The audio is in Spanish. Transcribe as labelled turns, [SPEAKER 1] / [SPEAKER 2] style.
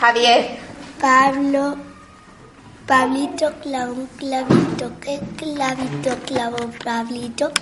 [SPEAKER 1] Javier.
[SPEAKER 2] Pablo. Pablito clavo un clavito, que clavito clavo un Pablito,